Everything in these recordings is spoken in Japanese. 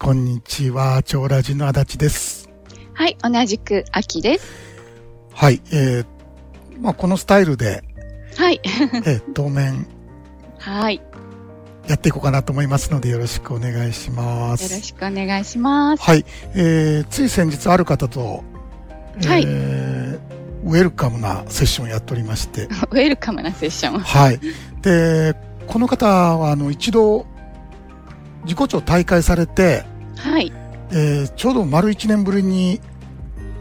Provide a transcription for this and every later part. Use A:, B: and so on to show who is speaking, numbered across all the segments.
A: こんにちは、超ラジの足立です。
B: はい、同じく秋です。
A: はい、えー、まあ、このスタイル で、
B: はい。
A: えー、当面
B: はい。よ
A: やっていこうかなと思いますので、よろしくお願いしま
B: ろ
A: す。
B: しくお願いします。
A: はい、えー、つい先日ある方と、
B: はい
A: えー、ウェルカムなセッションをやっておりまして、
B: ウェルカムなセッション。
A: はい。で、この方は、あの、一度、自己長大会されて、
B: はい。
A: えー、ちょうど丸一年ぶりに、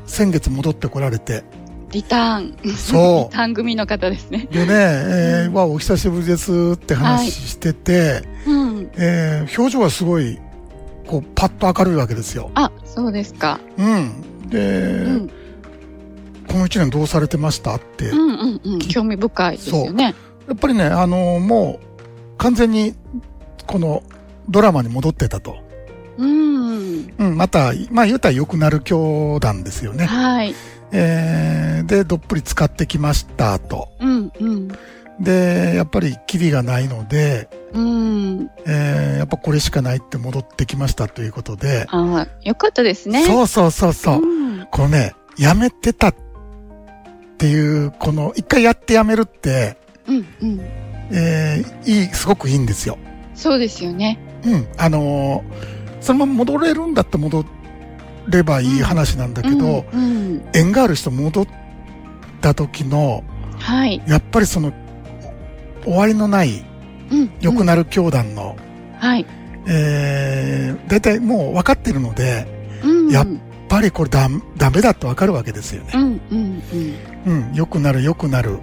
A: 先月戻ってこられ て、
B: リターン。リ
A: そう。
B: ターン組の方ですね。
A: でね、えー、
B: うん
A: わあお久しぶりですって話してて、
B: うん。
A: えー表情はすごい、こう、パッと明るいわけですよ。
B: あ、そうですか。
A: うん。で、
B: うん。
A: この一年どうされてましたって。
B: う
A: や
B: んうんうん。興味深いですよね。
A: っぱりね、あのーもう、完全に、この、ドラマに戻ってたと。
B: うん。
A: うん、また、まあ言うたら良くなる教団ですよね。
B: はい。
A: えー、で、どっぷり使ってきましたと。
B: うんうん。
A: で、やっぱりキリがないので、
B: うん。
A: えー、やっぱこれしかないって戻ってきましたということで、
B: あよかったですね。
A: そうそうそうそう。
B: うん。
A: このね、やめてたっていう、この、一回やってやめるって、
B: うんうん。
A: えー、いい、すごくいいんですよ。
B: そうですよね。
A: うん。あのーそのまま戻れるんだって戻ればいい話なんだけど、
B: うんうん。
A: 縁がある人戻った時の、
B: はい。
A: やっぱりその、終わりのない、
B: うん。
A: 良く
B: な
A: なる教団の、
B: はい。
A: えー、大体もう分かってるので、
B: うん。
A: やっ
B: うん
A: やっぱりこれダメダメだって分かるわけですよね。
B: うんうん。
A: うん。良くなる、良くなる。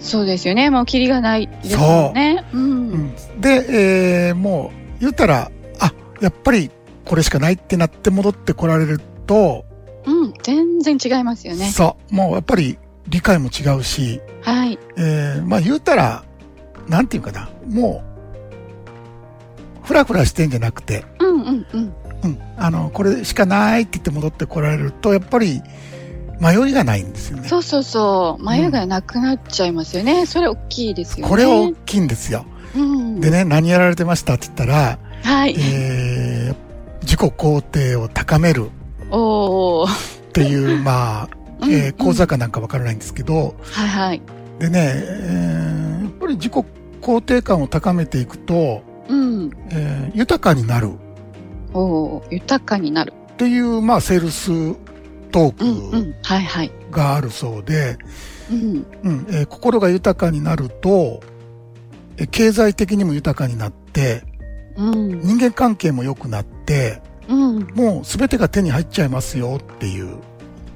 B: そうですよね。もうキリがないですよね。うん。
A: うんで、えーもう言ったら、あ、やっぱりこれしかないってなって戻ってこられると、
B: うん。全然違いますよね。
A: そう、もうやっぱり理解も違うし、
B: はい。
A: えーまあ言うたら、なんていうかな、もう、ふらふらしてんじゃなくて、
B: うんうんうん。
A: うん、あの、これしかないって言って戻ってこられると、やっぱり迷いがないんですよね。
B: そうそうそう。眉がなくなっちゃいますよね。それ大きいですよね。
A: これは大きいんですよ。
B: うん。
A: でね、何やられてましたって言ったら、
B: はい。
A: えー自己肯定を高める、
B: おお。
A: っていう、まあ、
B: うん
A: えー
B: う
A: 講
B: ん
A: 座かなんかわからないんですけど、
B: はいはい。
A: でね、えーやっぱり自己肯定感を高めていくと、
B: うん。
A: えー豊かになる
B: おお。豊かになる。
A: っていう、まあ、セールスト
B: うんう
A: ー
B: ん。はいはい。
A: クがあるそうで、
B: うん。
A: うんえー心が豊かになると、えー経済的にも豊かになって、
B: うん。
A: 人間関係も良くなって、
B: うん。
A: もう全てが手に入っちゃいますよっていう。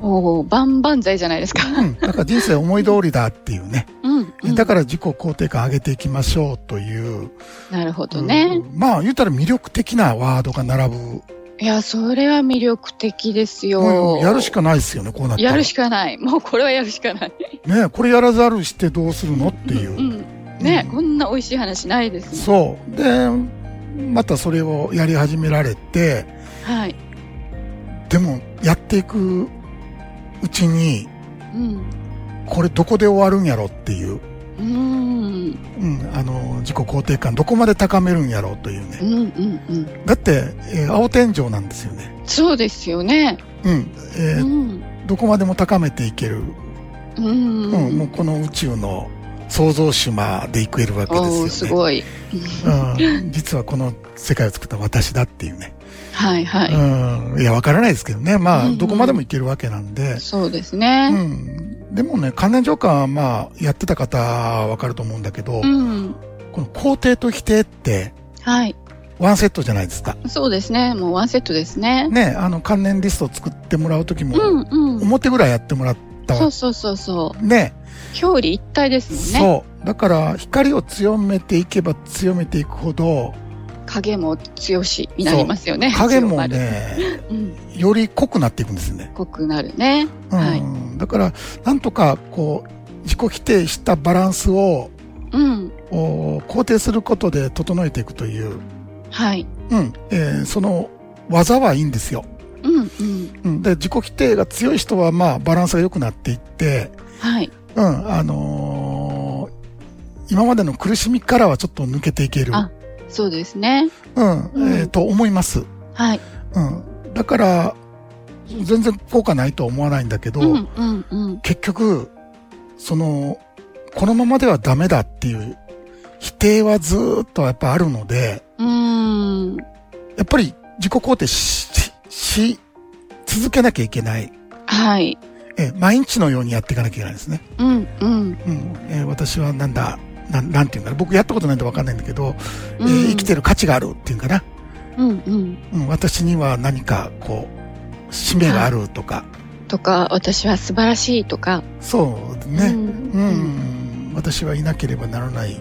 B: おお。万々歳じゃないですか。
A: うん。だから人生思い通りだっていうね。
B: うん。うん
A: だから自己肯定感上げていきましょうという。
B: なるほどね。
A: うんまあ言うたら魅力的なワードが並ぶ。
B: いや、それは魅力的です
A: も
B: よ
A: う。やるしかないですよね、こうなったら。
B: やるしかない。もうこれはやるしかない。
A: ねこれやらざるしてどうするのっていう。
B: うん。ね、
A: うん
B: こんな美味しい話ないですね。
A: そう。で、またそれをやり始められて、
B: はい。
A: でもやっていくうちに、
B: うん。
A: これどこで終わるんやろっていう。
B: うーん。
A: うん、あの、自己肯定感どこまで高めるんやろうという
B: うんう
A: ね。
B: んうん。
A: だって、えー青天井なんですよね。
B: そうですよね。
A: うん。えー
B: うん。
A: どこまでも高めていける
B: うん。うん
A: うん、もうこの宇宙の創造主まで行けるわけ
B: おー
A: です
B: す
A: よね。
B: ごい。
A: うん、実はこの世界を作った私だっていうね。
B: はいは
A: うん、いや、わからないですけどね。ま
B: うん
A: あ、
B: うん
A: どこまでも行けるわけなんで
B: い。。そうです
A: う
B: ね。
A: ん。でもね、関連上官はまあ、やってた方はわかると思うんだけど
B: う、ん。
A: この肯定と否定って、
B: はい。
A: ワンセットじゃないですか。
B: そうですね。もうワンセットですね。
A: ね、あの、関連リストを作ってもらうときも
B: う、んうん。
A: 表ぐらいやってもらった
B: そ
A: わ
B: う。そうそうそ
A: ね。
B: う。表裏一体ですもんね。
A: そう。だから、光を強めていけば強めていくほ ど、
B: 影も強しになりますよね。
A: 影も
B: 強まる。
A: ね、
B: うん。
A: より濃くなっていくんですよね。
B: 濃くなるね。
A: うん。
B: はい
A: だから、なんとか、こう、自己否定したバランスを、
B: うん。
A: お肯定することで整えていくという、
B: はい。
A: うん、えーその技はいいんですよ。
B: うんうん。
A: うん。で、自己否定が強い人は、まあ、バランスが良くなっていって、
B: はい。
A: うん、あのー今までの苦しみからはちょっと抜けていける。
B: あそうですね。
A: うん、
B: うん
A: えーと思います。
B: はい。
A: うん。だから、全然効果ないとは思わないんだけど、
B: うんうんうん。
A: 結局、その、このままではダメだっていう否定はずーっとやっぱあるので、
B: うーん。
A: やっぱり自己肯定し、し、し続けなきゃいけない。
B: はい。
A: え、毎日のようにやっていかなきゃいけないですね。
B: うんうん。
A: うん。えー私はなんだ、なん、なんていうんかな。僕やったことないんでわかんないんだけど、えー
B: うん
A: 生きてる価値があるっていうんかな。
B: うんうん。
A: うん。私には何か、こう、使命があるとか。
B: とか、私は素晴らしいとか。
A: そうね。
B: うん
A: うん、私はいなければならない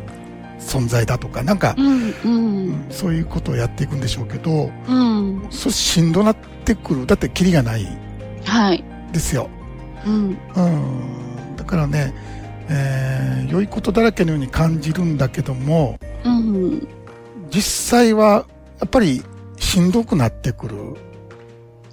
A: 存在だとか、なんか
B: う、んうん
A: うんそういうことをやっていくんでしょうけど、
B: うん。
A: そうしんどなってくる。だってキリがない
B: はい。
A: ですよ。
B: うん
A: うん。だからね、えー良いことだらけのように感じるんだけども、
B: うん。
A: 実際は、やっぱり、しんどくなって くる。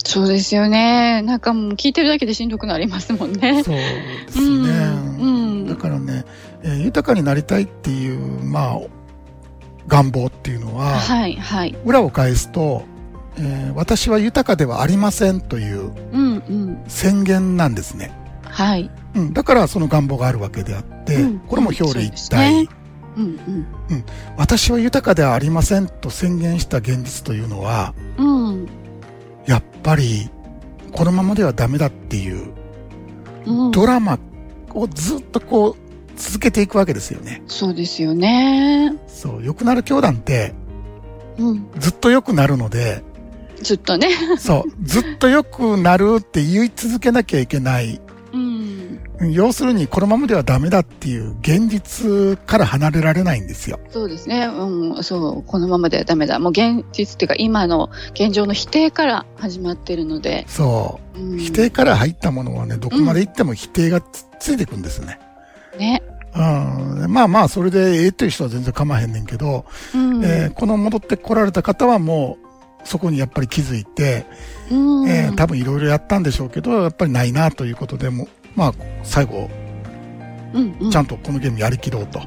B: そうですよね。なんかもう聞いてるだけでしんどくなりますもんね。
A: そうですね。
B: うんうん
A: だからね、えー豊かになりたいっていう、まあ、願望っていうのは、
B: はいはい。
A: 裏を返すと、えー私は豊かではありませんという
B: うんうん。
A: 宣言なんですね。
B: はい。
A: うん、だからその願望があるわけであって、
B: うん
A: これも表裏一
B: そう
A: 体、
B: ですうん
A: 私は豊かではありませんと宣言した現実というのは、
B: うん。うん
A: やっぱり、このままではダメだっていう、
B: うん。
A: ドラマをずっとこう、続けていくわけですよね。
B: そうですよね。
A: そう、良くなる教団って、
B: うん。
A: ずっと良くなるの で、
B: ずっとね。
A: そう、ずっと良くなるって言い続けなきゃいけない。
B: うん。
A: 要するに、このままではダメだっていう現実から離れられないんですよ。
B: そうですね。うん。そう。このままではダメだ。もう現実っていうか今の現状の否定から始まってるので。
A: そう。
B: うん、
A: 否定から入ったものはね、どこまで行っても否定がつついてくんですね。
B: ね。
A: うん、まあまあ、それでええという人は全然構わへんねんけど、
B: うん。
A: えーこの戻ってこられた方はもう、そこにやっぱり気づいて、
B: うん。
A: えー多分いろいろやったんでしょうけど、やっぱりないなということでもう、まあ、最後、
B: うんうん
A: ちゃんとこのゲームやりきろうと。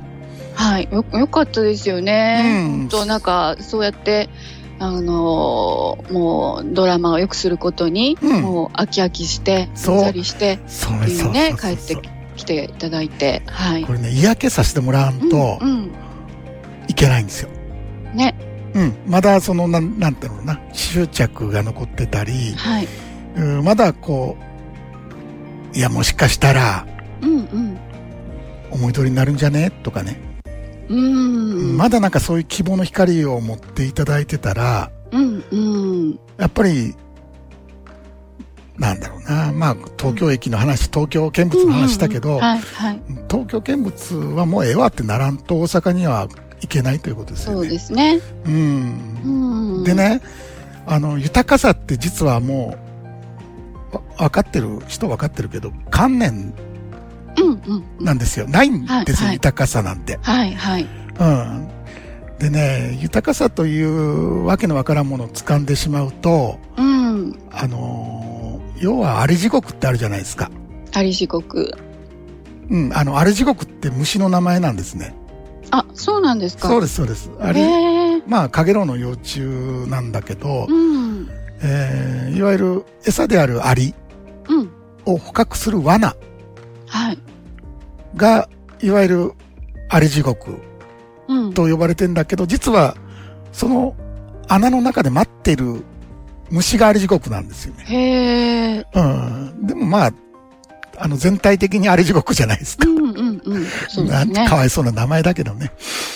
B: はい、よよかったですよね。
A: うん
B: 本当なんかそうやってあのーもうドラマをよくすることに、
A: うん
B: もう飽き飽きして
A: そう
B: ざりして
A: そう
B: ってい
A: そうう
B: ね
A: そうそう
B: 帰ってきていただいてはい
A: こ。れね、嫌気させてもらわんと
B: うん、うん
A: いけないんですよ。
B: ね
A: うん。まだその、なん、なんていうのかな、執着が残ってたり、
B: はい
A: うんまだこう、いや、もしかしたら、
B: うん
A: 思い通りになるんじゃねとかね、
B: うんうん
A: まだなんかそういう希望の光を持っていただいてたら、
B: うんうん
A: やっぱり、なんだろうな、まあ、東京駅の話、東京見物の話だけど、
B: はいはい
A: 東京見物はもうええわってならんと大阪には行けないということです
B: そ
A: よ
B: う
A: ね。
B: ですね。
A: う。
B: うんん
A: でね、あの、豊かさって実はもう、わ分かってる、人分かってるけど、観念
B: うんうん
A: なんですよ。ないんですよ、
B: はいはい
A: 豊かさなんて。
B: はいはい
A: うん。でね、豊かさというわけのわからんものを掴んでしまうと、
B: うん
A: あのー要はあれ地獄ってあるじゃないですか。
B: あり地獄
A: うん、あの、あれ地獄って虫の名前なんですね。
B: あそうなんですか
A: そうです、そうです。あ
B: へ
A: れ、
B: え
A: まあ、カゲロウの幼虫なんだけど
B: う、ん
A: えーいわゆる餌であるアリ
B: うん
A: を捕獲する罠
B: はい
A: が、いわゆるあれ地獄
B: うん
A: と呼ばれてんだけど、実は、その穴の中で待ってる虫があれ地獄なんですよね。
B: へえ。
A: うん。でもまあ、あの、全体的にあれ地獄じゃないです
B: う
A: か。
B: んうんうん。そうで
A: な
B: す
A: んて
B: ね
A: か。わいそうな名前だけどね。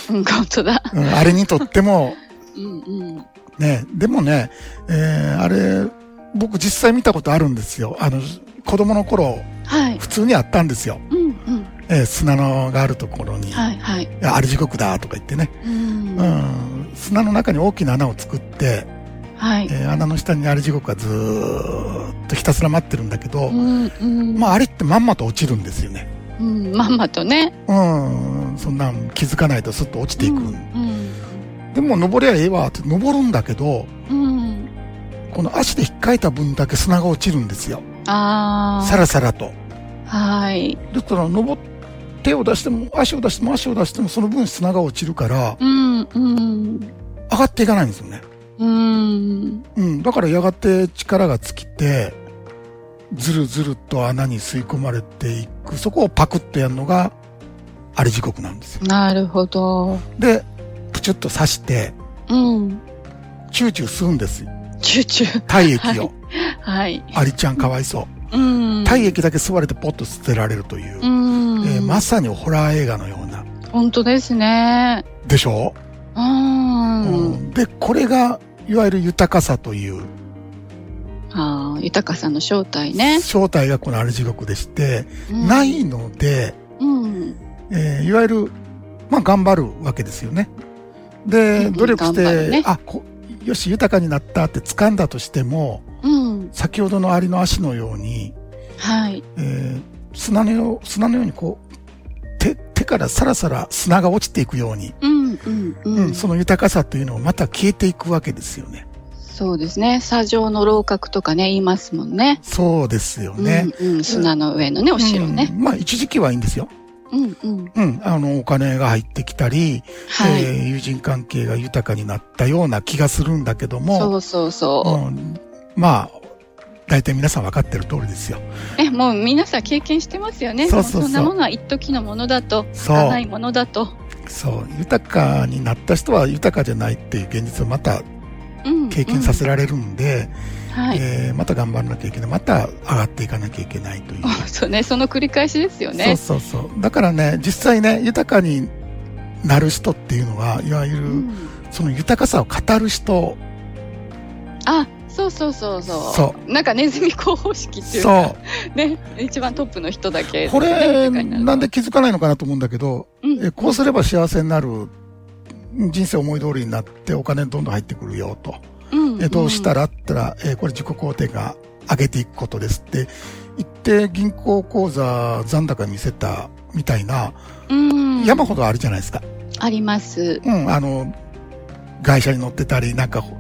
B: うん、本当だ。
A: うん、あれにとっても、
B: うんうん。
A: ね、でもね、えー、あれ、僕実際見たことあるんですよ。あの、子供の頃、
B: はい。
A: 普通にあったんですよ。
B: うんうん。
A: えー砂のがあるところに、い
B: はいはい。
A: やあれ地獄だとか言ってね。
B: うん。
A: うん。砂の中に大きな穴を作って、
B: はい。
A: えー穴の下にあれ地獄がずーっとひたすら待ってるんだけど、
B: うんうん。
A: まああれってまんまと落ちるんですよね。
B: うん、まんまとね。
A: うん、そんなん気づかないとすっと落ちていく。
B: うん
A: でも登りゃええわって登るんだけど、
B: うん。
A: この足で引っかいた分だけ砂が落ちるんですよ。
B: あ
A: さらさらと。
B: あ。はい。
A: だから登って、手を出しても、足を出しても、足を出しても、その分砂が落ちるから、
B: うんうん。
A: 上がっていかないんですよね。
B: うん。
A: うん、だからやがて力が尽きて、ずるずると穴に吸い込まれていく、そこをパクッとやるのが、あり時刻なんですよ。
B: なるほど。
A: で、プチュッと刺して、
B: うん。
A: チューチュー吸うんですよ。
B: チューチュー。
A: 体液を。
B: はい。
A: アリちゃんかわいそう。
B: うん。
A: 体液だけ吸われてポッと捨てられるという、
B: うん。
A: えーまさにホラー映画のような。
B: 本当ですね。
A: でしょ、
B: うん。
A: うんで、これが、いわゆる豊かさという、
B: ああ、豊かさんの正体ね。
A: 正体がこのあり地獄でして、
B: うん
A: ない。ので、
B: うん。
A: えーいわゆる、まあ、頑張るわけですよね。
B: うんう
A: で、
B: ん
A: 努力し
B: 頑張る
A: て、
B: ね
A: あこ、よし、豊かになったって掴んだとしても、
B: うん。
A: 先ほどのアリの足のように、
B: はい。
A: えー砂のよう、砂のようにこう、手、手からさらさら砂が落ちていくように、
B: うん。うん。う。
A: うんん、その豊かさというのをまた消えていくわけですよね。
B: そうですね。砂上の楼閣とかね、言いますもんね。
A: そうですよね。
B: うんうん、砂の上のね、お城ね。
A: うんまあ、一時期はいいんですよ。
B: うん、うん。
A: うん、あの、お金が入ってきたり、
B: はい。
A: えー友人関係が豊かになったような気がするんだけども、
B: そうそうそ
A: うん、まあ、大体皆さん分かってる通りですよ。
B: う。ね、もう皆さん経験してますよね。
A: そうそうそう
B: もんなものは一時のものだと、
A: そう
B: 儚いものだと。
A: そう、豊かになった人は豊かじゃないっていう現実をまた
B: うん。
A: 経験させられるんで、
B: うん。はい。
A: えーまた頑張らなきゃいけない。また上がっていかなきゃいけないという。
B: そうね、その繰り返しですよね。
A: そうそうそう。だからね、実際ね、豊かになる人っていうのは、いわゆ
B: う
A: る、
B: ん。
A: その豊かさを語る人、
B: あ、そうそうそうそう。
A: そ
B: なんかネズミ広報式っていう
A: そ
B: ね、一番トップの人だけ、
A: う。これ、
B: ね世界にるの
A: なんで気づかないのかなと思うんだけど、
B: うん
A: えこうすれば幸せになる、人生思い通りになってお金どんどん入ってくるよと。
B: うん
A: えどうした
B: ら、
A: らって言ったら、えーこれ自己肯定が上げていくことですって言って銀行口座残高見せたみたいな
B: うん、
A: 山ほどあるじゃないですか。
B: あります。
A: うん、あの、外車に乗ってたり、なんかほ、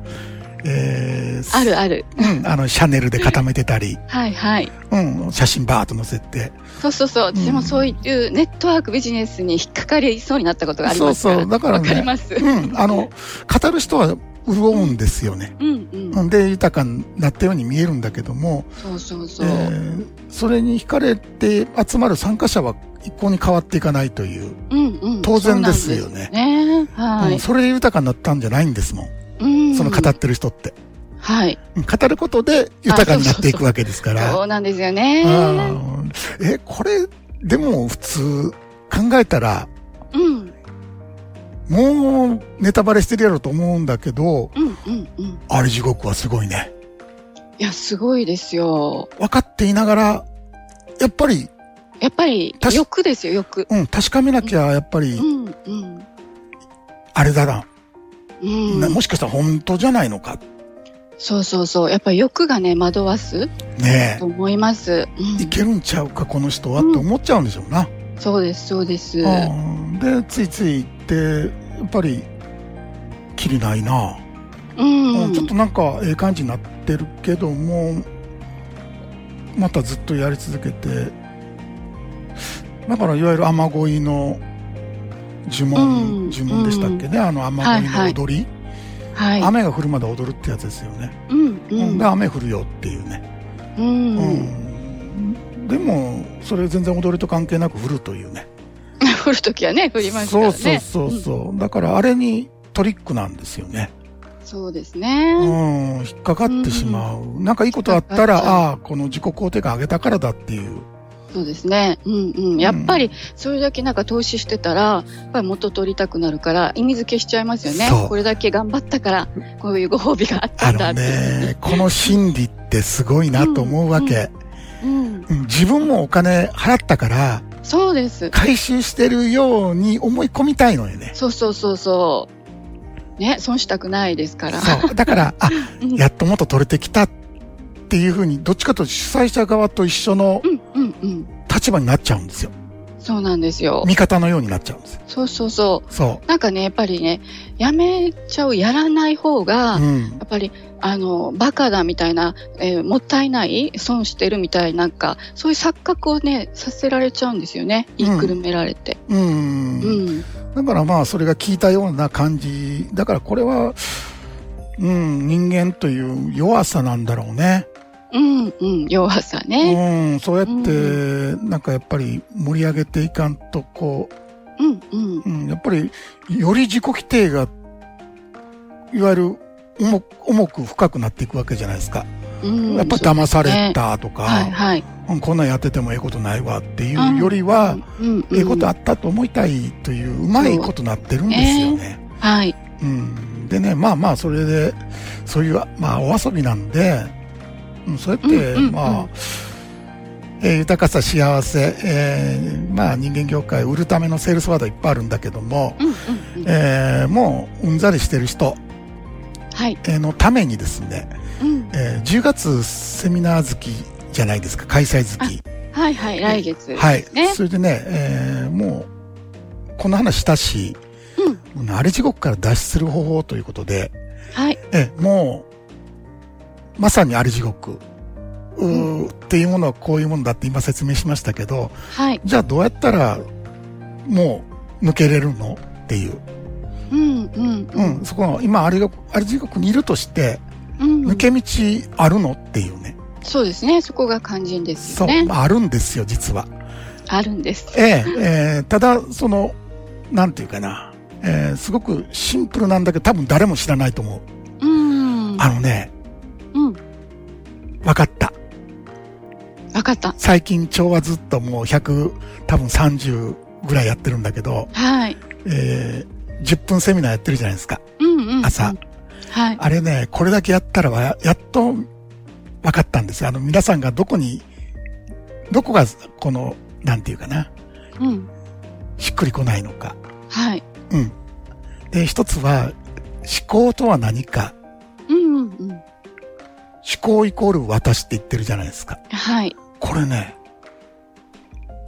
A: えー
B: あるある。
A: うん、あの、シャネルで固めてたり、
B: はいはい。
A: うん、写真バーッと載せて。
B: そうそうそう。
A: ん
B: 私もそういうネットワークビジネスに引っかかりそうになったことがありますから。
A: そうそうだからね
B: わかります。
A: うん、あの、語る人は潤うんですよね。
B: うんうん。
A: うん、で、豊かになったように見えるんだけども、
B: そうそう
A: そ
B: そうう。
A: えーそれに惹かれて集まる参加者は一向に変わっていかないという。
B: うんうん。
A: 当然ですよね
B: そうなんですね。は
A: うん
B: い。
A: それで豊かになったんじゃないんですもん。
B: うん
A: その語ってる人って。
B: はい。
A: うん語ることで豊かになっていくわけですから。
B: そうなんですよね。
A: うんえ、これ、でも普通考えたら、
B: うん。
A: もうネタバレしてるやろと思うんだけど、
B: うんうんうん。
A: あれ地獄はすごいね。
B: いや、すごいですよ。
A: 分かっていながら、やっぱり、
B: やっぱり
A: 確、か
B: 欲ですよ、欲。
A: うん、確かめなきゃ、やっぱ
B: う
A: り、
B: んうん。
A: あれだな、
B: うん
A: なもしかしたら本当じゃないのか。
B: そうそうそう。やっぱり欲がね、惑わす
A: ね
B: と思います。う
A: え。い
B: ん、
A: けるんちゃうか、この人はって思っちゃうんでしょうな。
B: そうです、そうです。
A: うん、でついつい行ってやっぱりきりないな、
B: う。
A: うんんちょっとなんかええ感じになってるけどもまたずっとやり続けてだからいわゆる雨乞いの呪文、
B: うん
A: 呪文でしたっけね、あの雨乞いの踊り、
B: はい。
A: 雨が降るまで踊るってやつですよね、
B: うん、う
A: うん
B: ん
A: で。雨降るよっていうね、
B: う
A: うん
B: ん。
A: でもそれ全然踊りと関係なく降るというね
B: 降るときはね、降りますからね。
A: そうそうそうそう、だからあれにトリックなんですよね。
B: そうです
A: う
B: ね。
A: ん、引っかかってしまう。なんかいいことあった
B: 引っかかっちゃ
A: ら、ああ、この自己肯定感上げたからだっていう。
B: そうですね。うんうん。やっぱり、それだけなんか投資してたら、やっぱり元取りたくなるから、意味付けしちゃいますよね
A: そう。
B: これだけ頑張ったから、こういうご褒美があった
A: あ
B: んだ
A: の
B: っていう。
A: ね、この心理ってすごいなと思うわけ。
B: うん。
A: うん自分もお金払ったから、
B: そうです。
A: 回収してるように思い込みたいのよね。
B: そうそうそうそう。ね、損したくないですから。
A: そう。だから、あ、
B: うん
A: やっと元取れてきたっていうふうに、どっちかというと主催者側と一緒の
B: うんうんうん。
A: 立場になっちゃうんですよ。
B: そうなんですよ。
A: 味方のようになっちゃうんですよ。
B: そうそうそう。
A: そ
B: なんかね、やっぱりね、やめちゃう、やらない方が、
A: う。うん。
B: やっぱり、あの、バカだみたいな、えーもったいない、損してるみたいな、なんか、そういう錯覚をね、させられちゃうんですよね。言いくるめられて。
A: うん
B: うん。
A: だからまあそれが効いたような感じだからこれはうん、人間という弱さなんだろうね。
B: うんうん弱さね
A: うん、そうやって、なんかやっぱり盛り上げていかんと、こ
B: うんうん
A: う、うん、やっぱりより自己規定が、いわゆる重く重く深くなっていくわけじゃないですか。
B: うん
A: やっぱ
B: そう
A: 騙されたとか、
B: はいはい
A: うんこんなんやっててもええことないわってい
B: うん
A: うよりは、
B: うんうん
A: ええことあったと思いたいという、うまいことなってるんですよね。
B: はい
A: うん、でね、まあまあ、それで、そういう、まあ、お遊びなんで、うん、そうやって、
B: うんうん
A: ま
B: うん
A: あ、えー豊かさ、幸せ、えーまあ、人間業界売るためのセールスワードいっぱいあるんだけども、
B: うんうんうん
A: えーもう、うんざりしてる人
B: はい
A: えーのためにですね、
B: うん
A: えー10月セミナー好きじゃないですか、開催好き。
B: はいはい来月
A: はい。
B: ね
A: それでね、えーもう、この話したし、
B: うん
A: あれ地獄から脱出する方法ということで、
B: はい
A: え、もう、まさにあれ地獄。うーっていうものはこういうものだって今説明しましたけど、
B: はい
A: じゃあどうやったら、もう、抜けれるのっていう。
B: うんうん
A: うん、そこの、今あれが、あれ地獄にいるとして、
B: うん
A: 抜け道あるのっていうね。
B: そうですねそこが肝心です
A: そ
B: よ
A: う、
B: ね
A: あるんですよ、実は。
B: あるんです
A: ええ、ええただ、その、なんていうかな、ええすごくシンプルなんだけど、多分誰も知らないと思う。
B: うん
A: あのね、
B: うん
A: わかった。
B: わかった
A: 最近、調和ずっともう100、多分30ぐらいやってるんだけど、
B: はい
A: ええ10分セミナーやってるじゃないですか、
B: うんうんうん
A: 朝。
B: はい
A: あれね、これだけやったらわ、やっとわかったんですよ。あの、皆さんがどこに、どこが、この、なんていうかな、
B: うん
A: しっくりこないのか。
B: はい
A: うん。で、一つは、思考とは何か、
B: うんうんうん
A: 思考イコール私って言ってるじゃないですか。
B: はい
A: これね、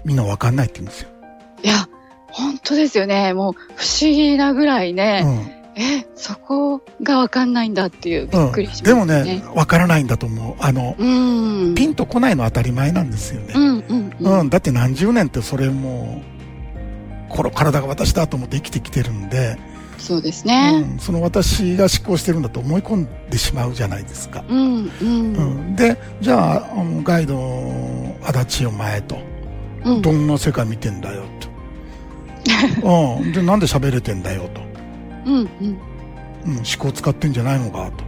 A: みんなわかんないって言うんですよ。
B: いや本当ですよねもう不思議なぐらいね、えそこが分かんないんだっていうび
A: うん。
B: っくりし
A: で
B: まし
A: も
B: たね。
A: ね、わからないんだと思う。あの、
B: うん、
A: ピンとこないのは当たり前なんですよね
B: う。んうんう
A: うんん。だって何十年ってそれもう、この体が私だと思って生きてきてるんで、
B: そうです
A: う
B: ね。
A: ん、その私が思考してるんだと思い込んでしまうじゃないですか。
B: うんうん
A: うん、で、じゃあ、あのガイド、足立お前と、
B: うん
A: どんな世界見てんだよ と。うん。で、なんで喋れてんだよと。
B: うんうん
A: うん、思考使ってんじゃないのかと。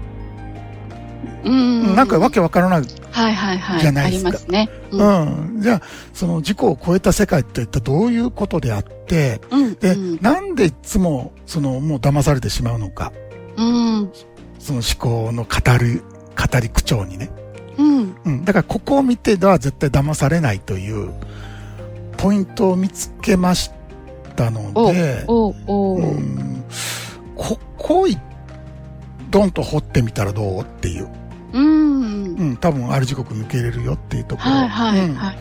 B: うん
A: なんかわけわからない。
B: はいはいはい
A: じゃないで
B: あ
A: す
B: り
A: か
B: ますね。う
A: うんん。じゃあ、その自己を超えた世界っていったどういうことであって、
B: うん
A: で、
B: うん
A: なんでいつも、その、もう騙されてしまうのか。
B: うん
A: その思考の語る、語り口調にね。
B: うん
A: うん。だから、ここを見てでは絶対騙されないという、ポイントを見つけましたので、
B: おうおう
A: うんここい、ドンと掘ってみたらどうっていう。
B: うん
A: うん、多分ある時刻抜けれるよっていうところ。
B: はいは
A: う
B: い
A: ん
B: はい。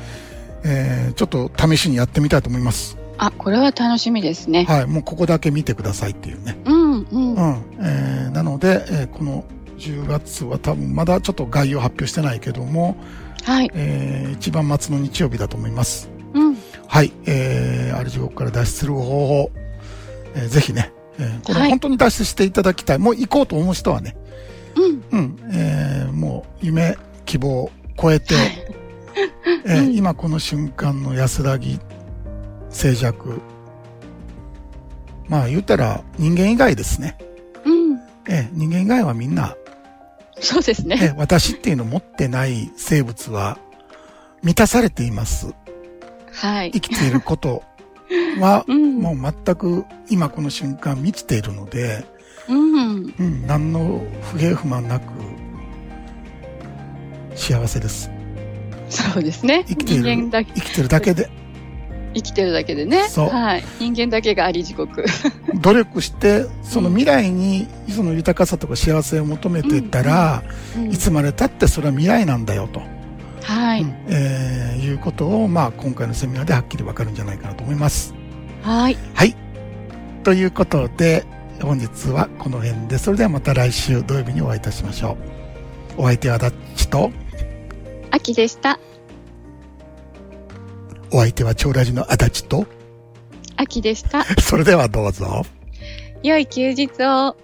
A: えーちょっと試しにやってみたいと思います。
B: あこれは楽しみですね。
A: はい、もうここだけ見てくださいっていうね。
B: うん
A: う
B: うん
A: ん。えーなので、えーこの10月は多分まだちょっと概要発表してないけども、
B: はい
A: えー一番末の日曜日だと思います。
B: うん
A: はい、えー、ある地獄から脱出する方法、えーぜひね、えーこ
B: は
A: れ
B: い
A: 本当に脱出していただきたい。もう行こうと思う人はね、
B: うん
A: うん、えーもう夢、希望を超えて、
B: はい
A: えー
B: うん
A: 今この瞬間の安らぎ、静寂。まあ言うたら人間以外ですね。
B: うん
A: えー人間以外はみんな、
B: そうです
A: え
B: ね。
A: ー 私っていうのを持ってない生物は満たされています。
B: はい、
A: 生きていることは
B: うん
A: もう全く今この瞬間満ちているので、
B: うん
A: うん、何の不平不満なく幸せです。
B: そうですね。
A: 生きている
B: 人間だけ
A: 生きてるだけで
B: 生きてるだけでね。
A: そう
B: はい。人間だけがあり地獄。
A: 努力して、その未来にその豊かさとか幸せを求めてたら、
B: うん
A: いつまで経ってそれは未来なんだよと、
B: は
A: う
B: い。
A: んえーいうことを、まあ、今回のセミナーではっきりわかるんじゃないかなと思います。
B: はい。
A: はい。ということで、本日はこの辺で、それではまた来週土曜日にお会いいたしましょう。お相手はダッチと、
B: 秋でした。
A: お相手は長ラジの足立と、
B: 秋でした。
A: それではどうぞ。
B: 良い休日を。